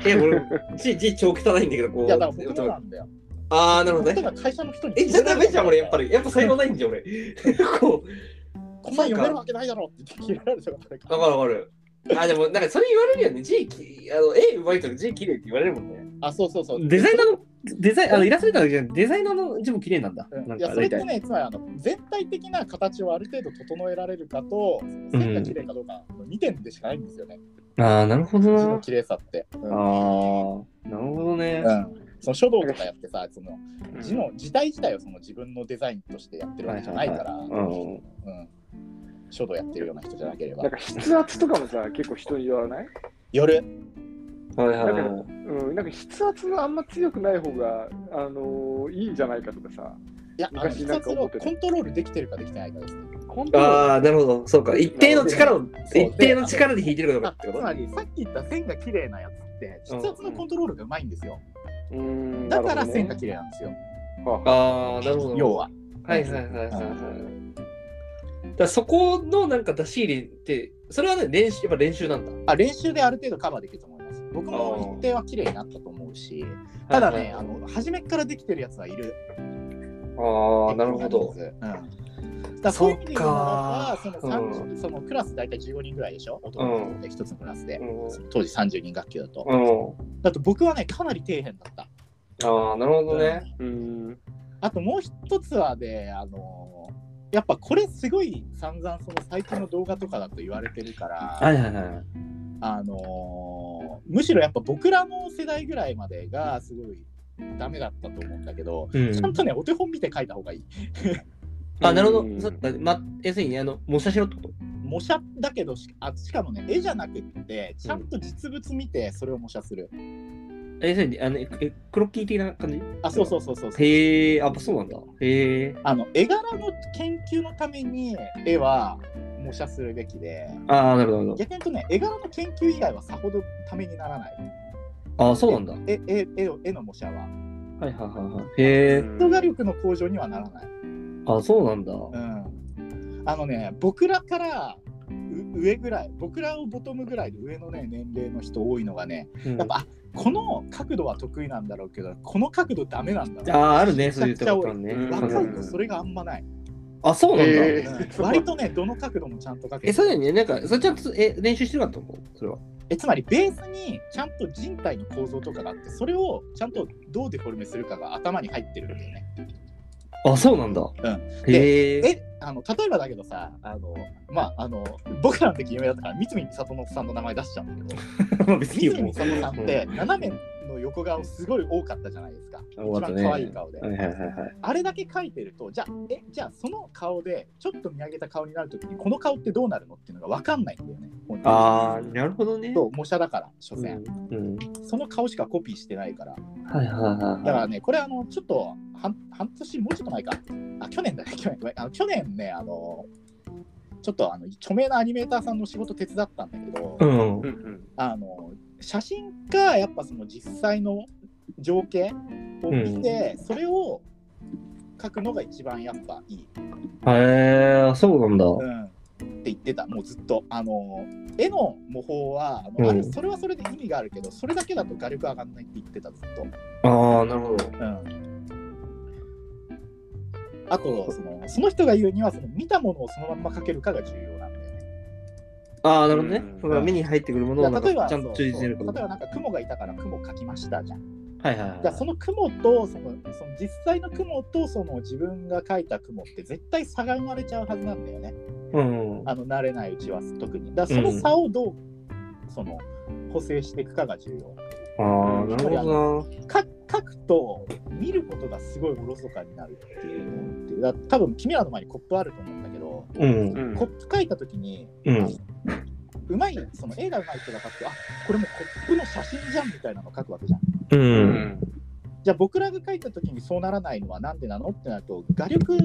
[SPEAKER 1] え、俺、字、字超汚いんだけど、こ
[SPEAKER 3] いや、だから僕もな
[SPEAKER 1] う。
[SPEAKER 3] んだよ。
[SPEAKER 1] ああ、なるほど
[SPEAKER 3] 例え
[SPEAKER 1] ね。
[SPEAKER 3] ば会社の人に。
[SPEAKER 1] え、じゃあダメじゃん、俺、やっぱ。り。やっぱ才能ないんじゃん、俺。 <laughs> こう、
[SPEAKER 3] こんなん読めるわけないだろって言って嫌られちゃうから。
[SPEAKER 1] わかるわかる。あ、でも、なんかそれ言われるよね。字き、あの、絵うまい人に字綺麗って言われるもんね。
[SPEAKER 3] あ、そうそうそう。
[SPEAKER 1] デザイナーの、デザイン、あの、イラストレーターだけじゃなくてデザイナーの字も綺麗なんだ。
[SPEAKER 3] う
[SPEAKER 1] なんん
[SPEAKER 3] いや
[SPEAKER 1] か、
[SPEAKER 3] それっ
[SPEAKER 1] 大
[SPEAKER 3] て
[SPEAKER 1] 体。
[SPEAKER 3] ね、つまりあの全体的な形をある程度整えられるかと、線が綺麗かどうか、の2点でしかないんですよね、
[SPEAKER 1] ああ、なるほど
[SPEAKER 3] 字
[SPEAKER 1] な。
[SPEAKER 3] の綺麗さって。うん
[SPEAKER 1] ああ、なるほどね。
[SPEAKER 3] うんその書道とかやってさ、その
[SPEAKER 2] うん
[SPEAKER 3] 字の字体自体をその自分のデザインとしてやってるわけじゃないから、
[SPEAKER 1] はいはいはいうん
[SPEAKER 3] うん書道やってるような人じゃなければ
[SPEAKER 2] なん。か筆圧とかもさ結構人に言わない
[SPEAKER 3] 夜、
[SPEAKER 1] はいはいはい
[SPEAKER 2] だからうん、なんか筆圧があんま強くない方が、あのーいいんじゃないかとかさ、
[SPEAKER 3] いや、あの
[SPEAKER 2] 昔
[SPEAKER 3] 筆
[SPEAKER 2] なんか
[SPEAKER 3] 圧
[SPEAKER 2] 思
[SPEAKER 3] を
[SPEAKER 2] ってた
[SPEAKER 3] コントロールできてるかできてないかですね。
[SPEAKER 2] 本当は
[SPEAKER 1] ああ、なるほど。そうか。一定の力を、
[SPEAKER 3] そう
[SPEAKER 1] 一定の力で弾いてるかどうか
[SPEAKER 3] あ
[SPEAKER 1] って
[SPEAKER 3] つ
[SPEAKER 1] こと
[SPEAKER 3] まり、さっき言った線が綺麗なやつって、筆圧のコントロールがうまいんですよ。
[SPEAKER 2] うーん
[SPEAKER 3] だから線が
[SPEAKER 2] なる
[SPEAKER 3] 綺麗なんですよ、
[SPEAKER 2] ほどねは
[SPEAKER 1] ああ、なるほど。
[SPEAKER 3] 要は。
[SPEAKER 1] はいはいはいはいはい。だからそこのなんか出し入れって、それはね、練習、やっぱ練習なんだ。
[SPEAKER 3] あ練習である程度カバーできると思います。僕も一定は綺麗になったと思うし、ただ
[SPEAKER 1] はい
[SPEAKER 3] ね、
[SPEAKER 1] はい
[SPEAKER 3] あの初めっからできてるやつはいる。
[SPEAKER 1] ああ、なるほど。
[SPEAKER 3] うん。だからそういう意味で言うならば、
[SPEAKER 1] そ
[SPEAKER 3] そ
[SPEAKER 1] っ
[SPEAKER 3] の
[SPEAKER 1] か
[SPEAKER 3] 30そのクラス大体15人ぐらいでしょ、男の子で一つのクラスで、
[SPEAKER 1] うん
[SPEAKER 3] その当時30人学級だと。
[SPEAKER 1] うん。
[SPEAKER 3] だと僕はね、かなり底辺だった。
[SPEAKER 1] ああ、なるほどね。
[SPEAKER 2] い。うーん。
[SPEAKER 3] あともう一つはね、あのやっぱこれすごい散々その最近の動画とかだと言われてるから、
[SPEAKER 1] はいはいはい。
[SPEAKER 3] あのーむしろやっぱ僕らの世代ぐらいまでがすごいダメだったと思うんだけど、
[SPEAKER 1] うん
[SPEAKER 3] ちゃんとねお手本見て書いた方がいい
[SPEAKER 1] あ、なるほど。
[SPEAKER 2] うん
[SPEAKER 1] そっか、ま、要するにね、あの、模写しろってこと
[SPEAKER 3] 模写だけどしあしかもね絵じゃなくってちゃんと実物見てそれを模写する、
[SPEAKER 1] え、それに、あの、ええクロッキー的な感じ
[SPEAKER 3] あそうそうそうそうそう
[SPEAKER 1] へえ、あ、そうなんだ。へえ。
[SPEAKER 3] あの絵柄の研究のために絵は模写するべきで
[SPEAKER 1] ああ、なるほどなるほど。
[SPEAKER 3] 逆に言うとね絵柄の研究以外はさほどためにならない
[SPEAKER 1] ああ、そうなんだ。
[SPEAKER 3] 絵絵絵を絵の模写は
[SPEAKER 1] はいはいはいはい。へえ。
[SPEAKER 3] 人画力の向上にはならない
[SPEAKER 1] あ、そうなんだ。
[SPEAKER 3] うんあのね、僕らからう上ぐらい、僕らをボトムぐらいで上のね、年齢の人多いのがね、やっぱ、あこの角度は得意なんだろうけど、この角度ダメなんだ
[SPEAKER 1] うん
[SPEAKER 3] ろ
[SPEAKER 1] あー、あるね、そういうところね。
[SPEAKER 2] めちゃくちゃ
[SPEAKER 3] 若
[SPEAKER 2] 多
[SPEAKER 3] い子それがあんまない。
[SPEAKER 1] あ、そうなんだ。
[SPEAKER 2] え
[SPEAKER 1] え、
[SPEAKER 2] ー
[SPEAKER 3] うん割とね、どの角度もちゃんとかけ
[SPEAKER 1] そ
[SPEAKER 3] て
[SPEAKER 1] れね、なんか、それちゃんとえ練習してるかと思う。それは。
[SPEAKER 3] えつまりベースにちゃんと人体の構造とかがあって、それをちゃんとどうデフォルメするかが頭に入ってるんだよね。
[SPEAKER 1] あ、そうなんだ。
[SPEAKER 3] ん
[SPEAKER 1] へ <laughs> え。
[SPEAKER 3] えあの例えばだけどさ、あのまあ、あの僕らの時有名だったから、三井美里さんの名前出しちゃうんだけど。
[SPEAKER 1] まあ別にいい
[SPEAKER 3] 三
[SPEAKER 1] よ
[SPEAKER 3] 井
[SPEAKER 1] もう
[SPEAKER 3] 美里さんって斜めの横顔すごい多かったじゃないですか。
[SPEAKER 1] 多かっ
[SPEAKER 3] 一
[SPEAKER 1] た
[SPEAKER 3] 番
[SPEAKER 1] ね
[SPEAKER 3] 可愛い顔で。
[SPEAKER 1] はいはいはいはい。
[SPEAKER 3] あれだけ描いてると、じゃあ、え、じゃあその顔で、ちょっと見上げた顔になるときに、この顔ってどうなるのっていうのが分かんないんだよね。本当に
[SPEAKER 1] ああ、なるほどね。
[SPEAKER 3] そう、模写だから、所
[SPEAKER 1] うん
[SPEAKER 3] 詮、
[SPEAKER 1] うん。
[SPEAKER 3] その顔しかコピーしてないから。
[SPEAKER 1] はいはいはい。
[SPEAKER 3] だからね、これ、あの、ちょっと、半半年、もうちょっと前か。あ、去年だね、去年。ごめんあの去年ね、あの、ちょっと、あの、著名なアニメーターさんの仕事手伝ったんだけど、
[SPEAKER 1] うん。
[SPEAKER 2] うんうん
[SPEAKER 3] あの写真かやっぱその実際の情景を見て、それを書くのが一番やっぱいい、
[SPEAKER 1] へえ、そうなんだ。
[SPEAKER 3] うん、って言ってたもうずっとあの絵の模倣はあの、あれ
[SPEAKER 1] うん
[SPEAKER 3] それはそれで意味があるけどそれだけだと画力上がんないって言ってたずっと、
[SPEAKER 1] ああ、なるほど。
[SPEAKER 3] うん、あとそのその人が言うにはその見たものをそのまんま描けるかが重要なんだよね
[SPEAKER 1] ああ、なるほどね
[SPEAKER 2] うん。
[SPEAKER 1] その目に入ってくるものを
[SPEAKER 3] だ
[SPEAKER 1] な
[SPEAKER 3] か
[SPEAKER 1] ん
[SPEAKER 3] ら例えば
[SPEAKER 1] かちゃんと忠実にやる
[SPEAKER 3] そう
[SPEAKER 1] こと。
[SPEAKER 3] 例えばなんか雲がいたから雲描きましたじゃん
[SPEAKER 1] はいはいはい。
[SPEAKER 3] だからその雲とそのその実際の雲とその自分が描いた雲って絶対差が生まれちゃうはずなんだよね
[SPEAKER 1] うん。
[SPEAKER 3] あの慣れないうちは特にだからその差をどう、その補正していくかが重要
[SPEAKER 1] ああ、なるほど
[SPEAKER 3] か描くと見ることがすごいおろそかになるっていうのだから多分君らの前にコップあると思うんだけど、
[SPEAKER 1] な。うん。
[SPEAKER 2] うん
[SPEAKER 3] コップ描いた時に
[SPEAKER 1] うん。
[SPEAKER 3] うまいその絵がうまい人が描くとあこれもうコップの写真じゃんみたいなの描くわけじゃん
[SPEAKER 1] う。
[SPEAKER 2] うんん
[SPEAKER 3] じゃあ僕らが書いた時にそうならないのはなんでなのってなると画力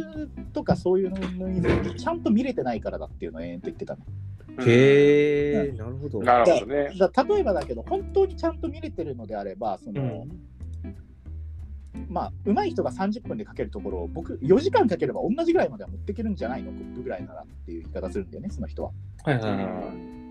[SPEAKER 3] とかそういうのにちゃんと見れてないからだっていうのを延々と言ってたね。
[SPEAKER 1] へえ、なるほど。
[SPEAKER 2] なるほどね。
[SPEAKER 3] だから例えばだけど本当にちゃんと見れてるのであればその、まあ上手い人が30分で書けるところを僕4時間かければ同じぐらいまでは持っていけるんじゃないのコップぐらいならっていう言い方するんだよねその人は。
[SPEAKER 1] はいは
[SPEAKER 2] う
[SPEAKER 1] いはい。
[SPEAKER 2] ん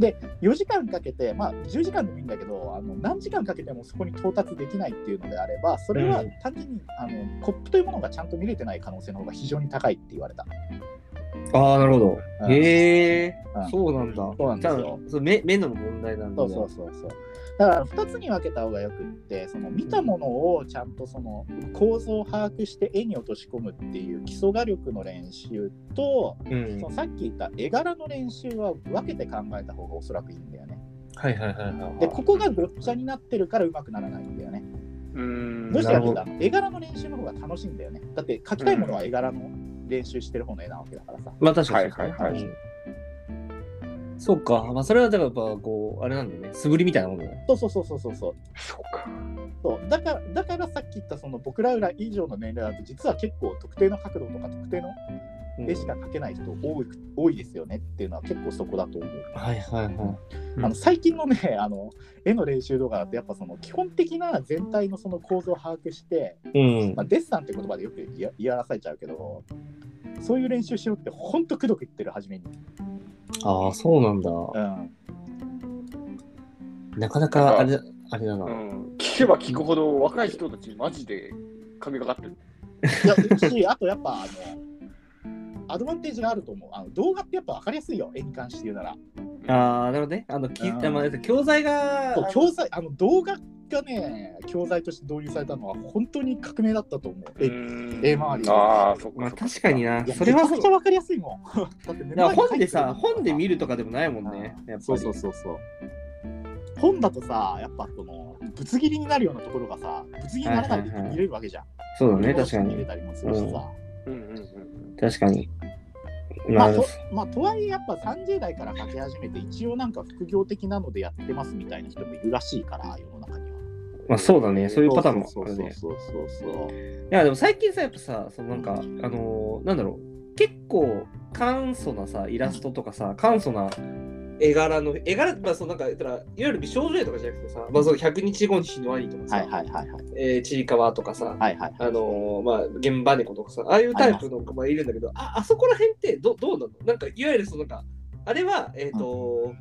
[SPEAKER 3] 4時間かけてまあ10時間でもいいんだけどあの何時間かけてもそこに到達できないっていうのであればそれは
[SPEAKER 1] うん
[SPEAKER 3] 単純に、あのコップというものがちゃんと見れてない可能性の方が非常に高いって言われた。
[SPEAKER 1] ああ、なるほ
[SPEAKER 3] う
[SPEAKER 1] ど。
[SPEAKER 3] ん
[SPEAKER 1] へえ
[SPEAKER 3] うん、
[SPEAKER 1] そうなんだ。
[SPEAKER 3] そうなんですよ
[SPEAKER 1] じゃあそう目目の問題なんだ。
[SPEAKER 3] そうそうそうそう。だから2つに分けた方がよくって、その見たものをちゃんとその構造を把握して絵に落とし込むっていう基礎画力の練習と、
[SPEAKER 1] うん。
[SPEAKER 3] そのさっき言った絵柄の練習は分けて考えた方がおそらくいいんだよね。
[SPEAKER 1] はいはいはいはい。
[SPEAKER 3] で、ここがごっちゃになってるからうまくならないんだよね。
[SPEAKER 2] うん
[SPEAKER 3] どうしてかっていう
[SPEAKER 1] な
[SPEAKER 3] と、絵柄の練習の方が楽しいんだよね。だって描きたいものは絵柄の練習してる方の絵なわけだからさ。
[SPEAKER 1] まあ確かにそうですね。
[SPEAKER 2] はいはいはい
[SPEAKER 1] うんそうか。まあそれはだからやっぱこう、あれなんだよね。素振りみたいなもんだよね。
[SPEAKER 3] そうそうそうそうそうそう。
[SPEAKER 2] そうか。
[SPEAKER 3] そうだからだからさっき言ったその僕らぐらい以上の年齢だと実は結構特定の角度とか特定の
[SPEAKER 1] うん
[SPEAKER 3] 絵しか描けない人多い,、多いですよねっていうのは結構そこだと思う。
[SPEAKER 1] はいはいはい。うん
[SPEAKER 3] あの最近のねあの絵の練習動画だとやっぱその基本的な全体のその構造を把握して、
[SPEAKER 1] うん
[SPEAKER 3] まあ、デッサンって言葉でよく言い表されちゃうけどそういう練習しろってほんとくどく言ってる初めに。
[SPEAKER 1] ああ、そうなんだ。
[SPEAKER 3] うん
[SPEAKER 1] なかなかあれだあれだな。
[SPEAKER 2] うん聞けば聞くほど若い人たちマジで神がかってる。
[SPEAKER 3] いやしあとやっぱあのアドバンテージがあると思うあの動画ってやっぱ分かりやすいよ絵に関して言うなら。
[SPEAKER 1] ああ、なるほどね。あの、き
[SPEAKER 3] うん
[SPEAKER 1] あまあ、教材が。
[SPEAKER 3] そう教材あの動画がね教材として導入されたのは本当に革命だったと思う。え
[SPEAKER 2] うん
[SPEAKER 3] 絵周り
[SPEAKER 2] ああ、そっ
[SPEAKER 1] ま
[SPEAKER 2] か
[SPEAKER 1] あ
[SPEAKER 2] そっか。
[SPEAKER 1] 確かにな。
[SPEAKER 3] いや
[SPEAKER 1] それは
[SPEAKER 3] めち
[SPEAKER 1] そ
[SPEAKER 3] ゃ
[SPEAKER 1] う。
[SPEAKER 3] くちゃ
[SPEAKER 1] だ
[SPEAKER 3] わかりやすいもん。 <laughs> だって目
[SPEAKER 1] から
[SPEAKER 3] の前に
[SPEAKER 1] 本でさ、本で見
[SPEAKER 3] る
[SPEAKER 1] るとかでもないも
[SPEAKER 3] も
[SPEAKER 1] んね。やっぱり
[SPEAKER 3] そうそうそうそう。本だとさやっぱこのぶつ切りになるようなところがさぶつ切りにならない
[SPEAKER 1] はい
[SPEAKER 3] で
[SPEAKER 1] はいはい
[SPEAKER 3] 見れるわけじゃん。
[SPEAKER 1] そうだね、確か
[SPEAKER 3] 見れ
[SPEAKER 1] に。
[SPEAKER 3] たりもするしさ。
[SPEAKER 2] うんうんうん
[SPEAKER 1] 確かに。
[SPEAKER 3] ま
[SPEAKER 1] ま
[SPEAKER 3] あ
[SPEAKER 1] あ、
[SPEAKER 3] とまあ、とはいえやっぱ30代から書き始めて一応なんか副業的なのでやってますみたいな人もいるらしいから世の中には。
[SPEAKER 1] まあそうだね。そういうパターンも
[SPEAKER 3] そう
[SPEAKER 1] あ
[SPEAKER 3] そ
[SPEAKER 1] る
[SPEAKER 3] う
[SPEAKER 1] ね。
[SPEAKER 3] そうそうそう。
[SPEAKER 1] いやでも最近さやっぱさそのなんかあのーなんだろう結構簡素なさイラストとかさ簡素な絵柄の絵柄まあそのなんか言ったらいわゆる美少女絵とかじゃなくてさまあその100日後に日のありとかさ、
[SPEAKER 3] はいはいはいはい。
[SPEAKER 1] えーちいかわとかさ
[SPEAKER 3] はいはい。
[SPEAKER 1] あのーまあ現場猫とかさああいうタイプの子もいるんだけどああそこら辺ってどどうなのなんかいわゆるそのなんかあれはえっ、と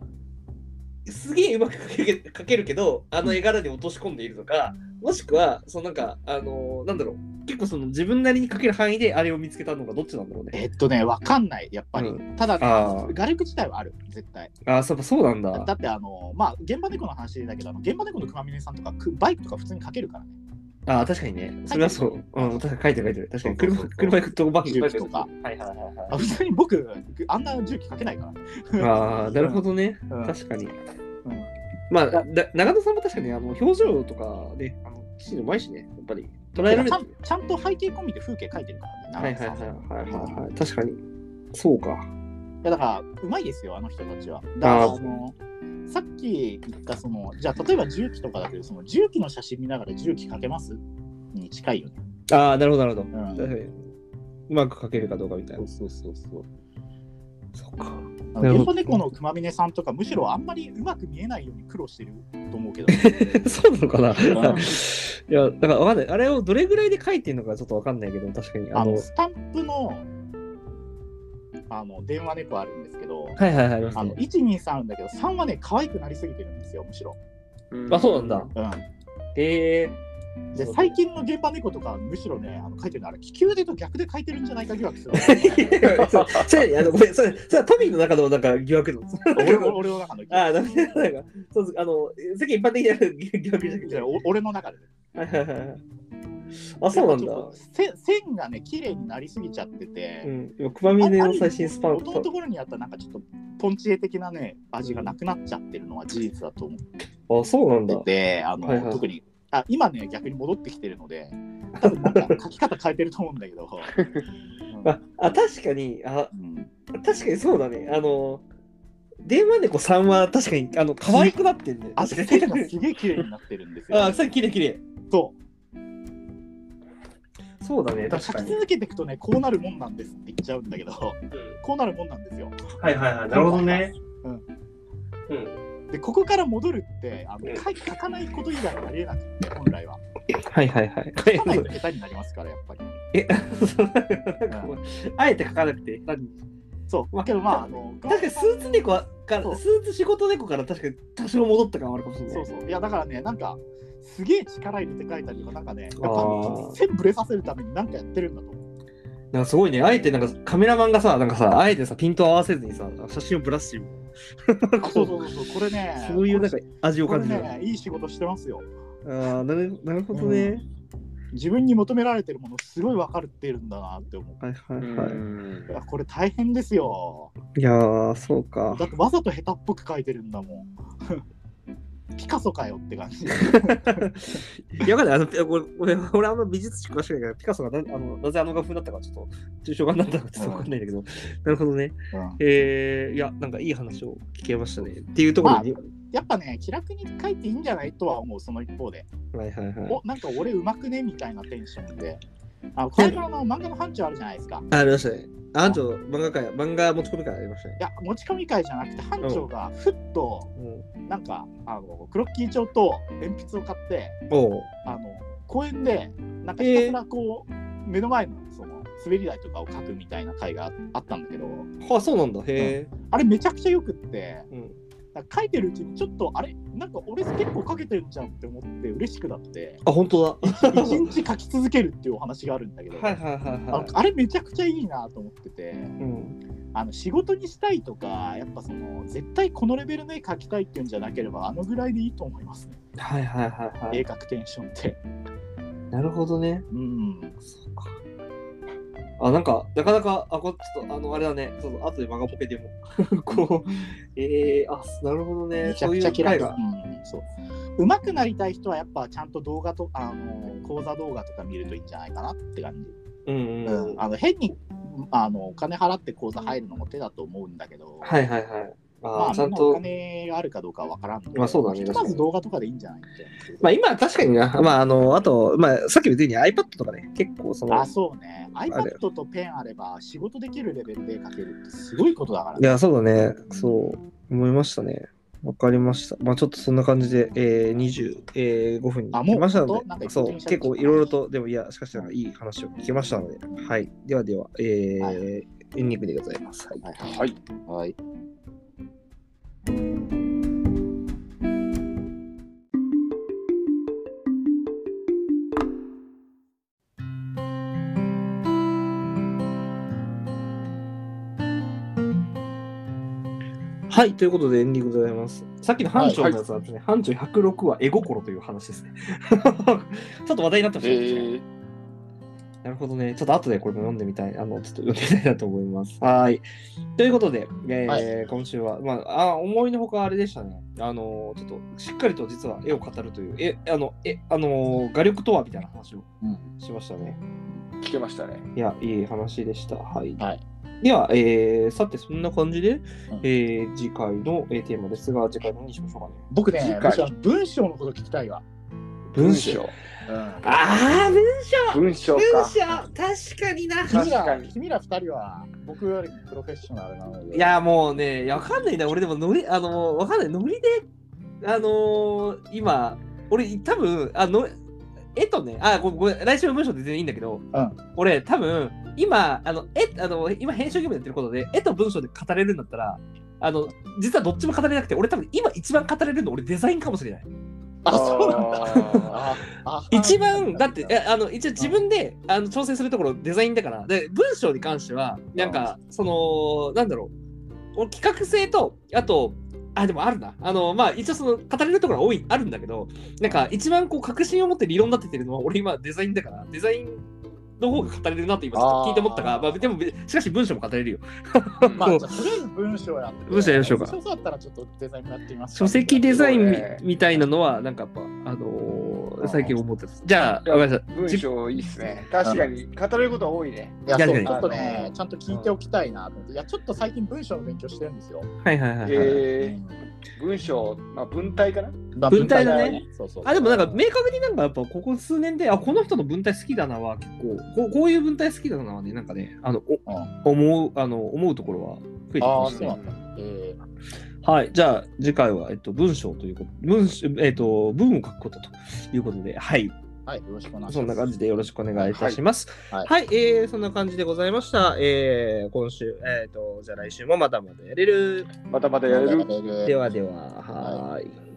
[SPEAKER 1] すげえうまく描け描けるけどあの絵柄に落とし込んでいるとかもしくはそのなんかあのーなんだろう結構その自分なりに描ける範囲であれを見つけたのがどっちなんだろうね
[SPEAKER 3] えっとね、わかんない、やっぱり。
[SPEAKER 1] う
[SPEAKER 3] ただ、ね
[SPEAKER 1] あ、ー
[SPEAKER 3] 画力自体はある、絶対。
[SPEAKER 1] あそうそうなんだ
[SPEAKER 3] だって、あの、まあ、現場猫の話だけど、あの現場猫の熊峰さんとか、くバイクとか普通にかけるからね。
[SPEAKER 1] あ確かにねそれはそう、
[SPEAKER 3] は
[SPEAKER 1] う
[SPEAKER 3] い
[SPEAKER 1] ん、確かに書いてる書いてる確かに車
[SPEAKER 3] そうそうそう
[SPEAKER 1] 車行くとバッグいっぱい
[SPEAKER 3] 重機とか
[SPEAKER 1] はいはいはい
[SPEAKER 3] あ
[SPEAKER 1] は
[SPEAKER 3] 普通に僕、あんな重機かけないからね。
[SPEAKER 1] いああなるほどね、
[SPEAKER 3] うん
[SPEAKER 1] 確かに
[SPEAKER 3] うん
[SPEAKER 1] まあ、だ長野さんも確かに、あの、表情とかね、あの、記事うまいしね、やっぱり、捉えられ
[SPEAKER 3] ち
[SPEAKER 1] て
[SPEAKER 3] ゃ
[SPEAKER 1] る
[SPEAKER 3] ん。ちゃんと背景込みで風景描いてるから
[SPEAKER 1] は
[SPEAKER 3] ね、
[SPEAKER 1] いはい
[SPEAKER 3] 長
[SPEAKER 1] はい
[SPEAKER 3] 野さん
[SPEAKER 1] はいはいはい。確かに。そうか。
[SPEAKER 3] いやだからうまいですよあの人たちは。だか
[SPEAKER 1] あ
[SPEAKER 3] ら
[SPEAKER 1] ー
[SPEAKER 3] そのさっき言ったそのじゃあ例えば重機とかだけどその重機の写真見ながら重機かけますに近いよね。
[SPEAKER 1] ああ、なるほどなるほど。
[SPEAKER 3] うん、
[SPEAKER 1] 確かにうまく描けるかどうかみたい
[SPEAKER 3] そ
[SPEAKER 1] な
[SPEAKER 3] う。そうそうそう。
[SPEAKER 1] そっか。 <laughs>
[SPEAKER 3] あ
[SPEAKER 1] なるほ
[SPEAKER 3] の現
[SPEAKER 1] ど
[SPEAKER 3] 場猫の熊峰さんとかむしろあんまりうまく見えないように苦労してると思うけど、
[SPEAKER 1] <laughs> そうなのかな
[SPEAKER 3] うん
[SPEAKER 1] <laughs> いや、だからわかんない。あれをどれぐらいで描いてるのかちょっとわかんないけど、確かに。あ
[SPEAKER 3] あ
[SPEAKER 1] の、
[SPEAKER 3] の
[SPEAKER 1] は
[SPEAKER 3] スタンプのあの電話猫あるんですけど、
[SPEAKER 1] いはいはいあります
[SPEAKER 3] あの
[SPEAKER 1] ね。
[SPEAKER 3] 123あるんだけど3はね可愛くなりすぎてるんですよむしろ。
[SPEAKER 1] あ、そうなんだ。
[SPEAKER 3] うん、
[SPEAKER 1] え <laughs>
[SPEAKER 3] で
[SPEAKER 1] そう
[SPEAKER 3] 最近の現場猫とかはむしろねあの書いてるのあれ気球で言うと逆で書いてるんじゃないか疑惑す
[SPEAKER 1] <laughs>
[SPEAKER 3] る
[SPEAKER 1] え。それ、あの、ごめん、それ、それは都民の中のなんか疑惑の。
[SPEAKER 3] 俺の俺の中の疑
[SPEAKER 1] ああ、
[SPEAKER 3] 惑
[SPEAKER 1] ダメだ、なんか、そうですあの、世間一般的な疑惑じゃなく
[SPEAKER 3] <laughs> じ
[SPEAKER 1] て
[SPEAKER 3] ゃあ。お俺の中で
[SPEAKER 1] はいはいはいはい。あ、そうなん
[SPEAKER 3] ち
[SPEAKER 1] だ。
[SPEAKER 3] ょっとせ線がね綺麗になりすぎちゃってて、
[SPEAKER 1] うん、今、熊峰の最新スパン
[SPEAKER 3] 元のところにあったなんかちょっとポンチエ的なね味がなくなっちゃってるのは事実だと思
[SPEAKER 1] あ、そうなんだ
[SPEAKER 3] っ。ててあの、
[SPEAKER 1] はいはい
[SPEAKER 3] 特にあ今ね逆に戻ってきてるので多分なんか書き方変えてると思うん
[SPEAKER 1] <laughs>
[SPEAKER 3] だけど、
[SPEAKER 1] あ、あ確かに、あ、
[SPEAKER 3] うん、
[SPEAKER 1] 確かにそうだね。あの、電話猫さんは確かに、あの、可愛くなってんね。
[SPEAKER 3] あ
[SPEAKER 1] 確
[SPEAKER 3] 線
[SPEAKER 1] か
[SPEAKER 3] が
[SPEAKER 1] に。
[SPEAKER 3] すげえ綺麗になってるんですよ
[SPEAKER 1] あ、さっき綺麗綺麗。
[SPEAKER 3] そう
[SPEAKER 1] そうだね、
[SPEAKER 3] だ
[SPEAKER 1] 確
[SPEAKER 3] か
[SPEAKER 1] から
[SPEAKER 3] 書き
[SPEAKER 1] に。
[SPEAKER 3] 続けていくとねこうなるもんなんですって言っちゃうんだけどこうなるもんなんですよ
[SPEAKER 1] はいはいはい、
[SPEAKER 3] なるほどね。
[SPEAKER 1] うん。うん。
[SPEAKER 3] でここから戻るってあの
[SPEAKER 1] うん
[SPEAKER 3] 書い書かないこと以外はありえなくて本来は
[SPEAKER 1] はいはいはい。
[SPEAKER 3] 書かないと下手になりますからやっぱり
[SPEAKER 1] え、 <laughs> そうなんかもうあえて書かなくて、単に
[SPEAKER 3] そう
[SPEAKER 1] まあ
[SPEAKER 3] だけどまああの
[SPEAKER 1] 確かにスーツ猫はか
[SPEAKER 3] そう
[SPEAKER 1] ら、スーツ仕事猫から確かに多少戻った感はあるかもしれない。
[SPEAKER 3] そうそういやだからねなんかすげえ力入れて書いたりとかなんかねやっ
[SPEAKER 1] あ
[SPEAKER 3] ぱ
[SPEAKER 1] ー
[SPEAKER 3] 線ぶれさせるためになんかやってるんだ
[SPEAKER 1] <laughs>
[SPEAKER 3] と思う
[SPEAKER 1] なんかすごいね、あえてなんかカメラマンがさ、なんかさ、あえてさ、ピントを合わせずにさ、写真をぶらしてる。
[SPEAKER 3] そうそうそうそうこれね
[SPEAKER 1] そういうなんか味を
[SPEAKER 3] これ
[SPEAKER 1] 感じる。
[SPEAKER 3] ねいい仕事してますよ
[SPEAKER 1] ああ、なるなるほど
[SPEAKER 3] う
[SPEAKER 1] ね。
[SPEAKER 3] 自分に求められてるものすごい分かってるんだなって思
[SPEAKER 1] はいは
[SPEAKER 2] う
[SPEAKER 1] いはい。
[SPEAKER 2] ん
[SPEAKER 3] ういやこれ大変ですよ
[SPEAKER 1] いやー、そうか。
[SPEAKER 3] だってわざと下手っぽく描いてるんだもん。 <laughs> ピカソかよって感 <laughs> じ。
[SPEAKER 1] <laughs> いや、わかんない。あの、いやこれ俺、俺あんま美術しか詳しくないから、ピカソがなあのなぜあの画風になったか、ちょっと、抽象画になったか、ちょっとわかんないんだけど、なるほどね。えー、いや、なんかいい話を聞けましたね。っていうところに。
[SPEAKER 3] やっぱね、気楽に描いていいんじゃないとは思う、その一方で。
[SPEAKER 1] はいはいはい。
[SPEAKER 3] おなんか俺うまくねみたいなテンションで。あこれからの漫画の班長あるじゃないですか。
[SPEAKER 1] あありましたね。あんちょ、漫画会、漫画持ち込み会ありましたね
[SPEAKER 3] い。や、持ち込み会じゃなくて、班長がふっと、
[SPEAKER 1] うん
[SPEAKER 3] なんか、あのクロッキー帳と鉛筆を買って、
[SPEAKER 1] おう
[SPEAKER 3] あの公園で、なんかひたすらこう、目の前のその滑り台とかを描くみたいな会があったんだけど、
[SPEAKER 1] はあ、そうなんだ。へえ。
[SPEAKER 3] あれめちゃくちゃよくって。
[SPEAKER 1] うん。
[SPEAKER 3] なんか書いてるうちにちょっとあれなんか俺結構書けてるじゃんって思って嬉しくなって
[SPEAKER 1] あ、本当だ。
[SPEAKER 3] 一日書き続けるっていうお話があるんだけど、
[SPEAKER 1] はいはいはい
[SPEAKER 3] あ
[SPEAKER 1] は
[SPEAKER 3] のあれめちゃくちゃいいなと思ってて
[SPEAKER 1] い。うん。
[SPEAKER 3] あの仕事にしたいとかやっぱその絶対このレベルの絵描きたいっていうんじゃなければあのぐらいでいいと思いますね
[SPEAKER 1] はいはいはいは
[SPEAKER 3] 絵
[SPEAKER 1] い。
[SPEAKER 3] 描くテンションって
[SPEAKER 1] なるほどね。
[SPEAKER 3] うん
[SPEAKER 1] そうか。あ、なんか、なかなか、あ、こちょっと、あの、あれだね。そうそう、後でマガポケでも。 <laughs> こう、えー、あ、なるほどね。
[SPEAKER 3] めち
[SPEAKER 1] そ
[SPEAKER 3] ゃ
[SPEAKER 1] う
[SPEAKER 3] く
[SPEAKER 1] い
[SPEAKER 3] ちゃ
[SPEAKER 1] う
[SPEAKER 3] 嫌
[SPEAKER 1] 会
[SPEAKER 3] いだ
[SPEAKER 1] が
[SPEAKER 3] う。んそう上手くなりたい人はやっぱちゃんと動画とあの講座動画とか見るといいんじゃないかなって感じ
[SPEAKER 1] うんうんうん。
[SPEAKER 3] うんあの変にあのお金払って口座入るのも手だと思うんだけど、
[SPEAKER 1] はいはいはい。
[SPEAKER 3] ま
[SPEAKER 1] あ
[SPEAKER 3] あ、
[SPEAKER 1] ー、ちゃん
[SPEAKER 3] みお
[SPEAKER 1] と。
[SPEAKER 3] 金があるかどうかは分からんので
[SPEAKER 1] まあそうだね
[SPEAKER 3] ひとまず動画とかでいいんじゃないって、
[SPEAKER 1] まあ今は確かにな、まああの、あと、まあさっきも言ったように iPad とかね、結構その、
[SPEAKER 3] あ、そうね。iPad とペンあれば仕事できるレベルで書けるってすごいことだから
[SPEAKER 1] い
[SPEAKER 3] ね。
[SPEAKER 1] や、そうだね。そう、思いましたね。わかりました。まあちょっとそんな感じで、えー、25分に
[SPEAKER 3] あもう
[SPEAKER 1] 来ました
[SPEAKER 3] ほん
[SPEAKER 1] の
[SPEAKER 3] となんか
[SPEAKER 1] で、そう、
[SPEAKER 3] 一日
[SPEAKER 1] 結構いろいろと、でもいや、しかしなんかいい話を聞きましたので、はい。ではでは、えー
[SPEAKER 3] はい
[SPEAKER 1] エンディングでございます。はい
[SPEAKER 3] はい
[SPEAKER 2] はい。
[SPEAKER 3] はいはい。
[SPEAKER 1] はい、ということでエンディングでございます。さっきの班長のやつはですね、班長106は絵心という話ですね。ちょっと話題になってま
[SPEAKER 2] え
[SPEAKER 1] したね。
[SPEAKER 2] ー
[SPEAKER 1] なるほどね。ちょっと後でこれも読んでみたい。あの、ちょっと読んでみたいなと思います。はーい。ということで、えー
[SPEAKER 3] はい
[SPEAKER 1] 今週は、まあ、あ、思いのほかあれでしたね。あの、ちょっと、しっかりと実は絵を語るという、え、あの、え、あの、画力とはみたいな話を
[SPEAKER 3] うん
[SPEAKER 1] しましたね。
[SPEAKER 2] 聞けましたね。
[SPEAKER 1] いや、いい話でした。はい。
[SPEAKER 3] はい
[SPEAKER 1] では、えー、さて、そんな感じで、
[SPEAKER 3] うん
[SPEAKER 1] えー、次回の、えーテーマですが、次回何にしましょうかね。
[SPEAKER 3] 僕
[SPEAKER 2] 次
[SPEAKER 3] ね、
[SPEAKER 2] 回
[SPEAKER 3] むしろ文章のこと聞きたいわ。
[SPEAKER 1] 文章。。
[SPEAKER 3] うん
[SPEAKER 1] あー、文章
[SPEAKER 2] 文章か。
[SPEAKER 1] 確かにな。
[SPEAKER 3] 君
[SPEAKER 2] 確からに
[SPEAKER 3] 君ら二人は僕よりプロフェッショナルなので。
[SPEAKER 1] いやもうね、いやわかんないな、俺でもノリ、あのー、わかんない、ノリで、あのー、今、俺、多分あの、絵とね、あ、ごめんごめん、来週の文章で全然いいんだけど、
[SPEAKER 3] うん
[SPEAKER 1] 俺、多分今、あの、絵、あの、今、編集業務やってることで、絵と文章で語れるんだったら、あの、実はどっちも語れなくて、俺多分今一番語れるの、俺デザインかもしれない。
[SPEAKER 3] あ、そうなんだ。
[SPEAKER 2] だ。
[SPEAKER 3] ああ
[SPEAKER 1] 一番、だって、えあの、一応自分で、あの、調整するところデザインだから、で、文章に関しては、なんか、その、なんだろう、こう企画性と、あと、あ、でもあるな。あの、まあ、一応その、語れるところは多い、あるんだけど、なんか、一番こう、確信を持って理論立ててるのは、俺今デザインだから、デザインの方が語れるなって今、ちょっと聞いて思ったが、
[SPEAKER 3] あー
[SPEAKER 1] まあ、でも、しかし文章も語れるよ。 <laughs>
[SPEAKER 3] まあ、
[SPEAKER 1] そう
[SPEAKER 3] じゃあとりあえず文章やって。
[SPEAKER 1] 文章やりましょうか
[SPEAKER 3] そうったらちょっとデザインもやってみますか。
[SPEAKER 1] 書籍デザインみ,、
[SPEAKER 2] すごいね
[SPEAKER 1] たいなのは、なんかやっぱ、あのー最近思ってます。じゃあ、
[SPEAKER 2] いや
[SPEAKER 1] ごめんなさい。
[SPEAKER 2] 文章いいっすね。確かに、語れることは多いね。
[SPEAKER 3] いや、そう
[SPEAKER 1] やる
[SPEAKER 3] ちょっと
[SPEAKER 2] あ
[SPEAKER 3] ね
[SPEAKER 2] の、
[SPEAKER 3] ちゃんと聞いておきたいなと思って。いや、ちょっと最近文章の勉強してるんですよ。
[SPEAKER 1] はいはいはい、はい。
[SPEAKER 2] えー、文章、まあ、文体かな
[SPEAKER 3] まあ
[SPEAKER 1] 文体だね。
[SPEAKER 3] そうそうそう
[SPEAKER 1] あでもなんか明確になんかやっぱここ数年であこの人の文体好きだなは結構こうこういう文体好きだなはねなんかねあのお思うあの思うところは増えてきま
[SPEAKER 3] あ
[SPEAKER 1] し
[SPEAKER 3] そう
[SPEAKER 1] たね。
[SPEAKER 3] なんだ。えー
[SPEAKER 1] はいじゃあ次回はえっと文章ということ文章えっと文を書くことということではい
[SPEAKER 3] はい、よろしくお願いします。
[SPEAKER 1] そんな感じでよろしくお願いいたします。は
[SPEAKER 3] はいい、
[SPEAKER 1] えーそんな感じでございました。えー今週えっ、とじゃあ来週もまたまたやれる。
[SPEAKER 2] またまた
[SPEAKER 3] で
[SPEAKER 2] や
[SPEAKER 3] や
[SPEAKER 2] れる
[SPEAKER 3] る。
[SPEAKER 1] ではでははーい